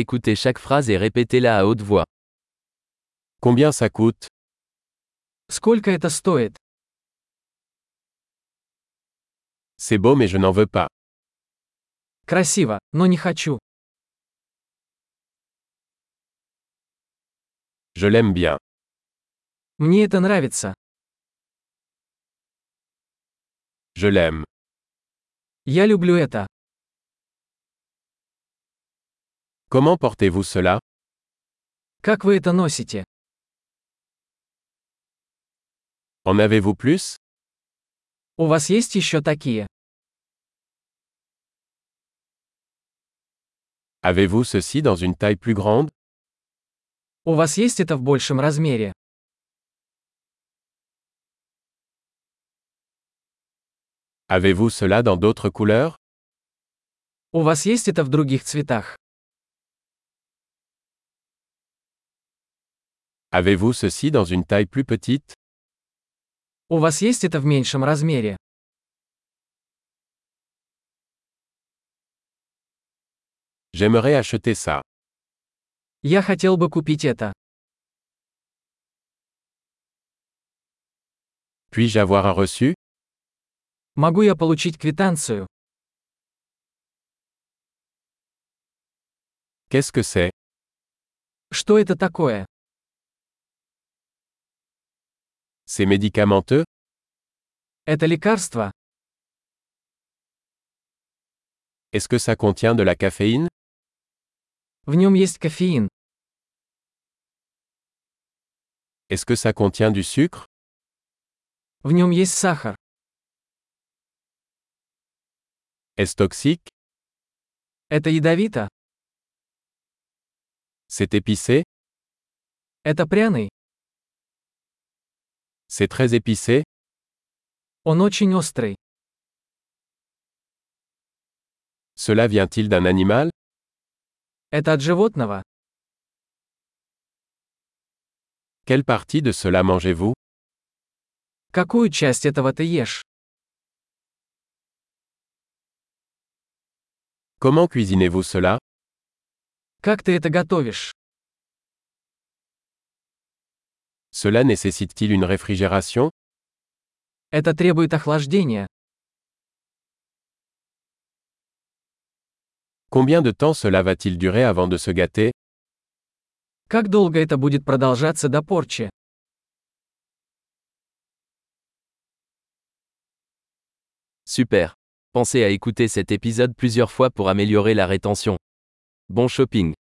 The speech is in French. Écoutez chaque phrase et répétez-la à haute voix. Combien ça coûte Сколько это стоит? C'est beau mais je n'en veux pas. Красиво, но не хочу. Je l'aime bien. Мне это нравится. Je l'aime. Я люблю это. Comment portez-vous cela Как вы это носите? En avez-vous plus У вас есть еще такие? Avez-vous ceci dans une taille plus grande У вас есть это в большем размере? Avez-vous cela dans d'autres couleurs У вас есть это в других цветах? Avez-vous ceci dans une taille plus petite У вас есть это в меньшем размере? J'aimerais acheter ça. Я хотел бы купить это. Puis-je avoir un reçu Могу я получить квитанцию? Qu'est-ce que c'est Что это такое? C'est médicamenteux Это лекарство? Est-ce que ça contient de la caféine В нем есть кофеин. Est-ce que ça contient du sucre В нем есть сахар. Est-ce toxique Это ядовито? C'est épicé Это пряный? C'est très épicé Он очень острый. Cela vient-il d'un animal Это от животного? Quelle partie de cela mangez-vous Какую часть этого ты ешь? Comment cuisinez-vous cela Как ты это готовишь? Cela nécessite-t-il une réfrigération Это требует охлаждения. Combien de temps cela va-t-il durer avant de se gâter Как долго это будет продолжаться до порчи? Super. Pensez à écouter cet épisode plusieurs fois pour améliorer la rétention. Bon shopping.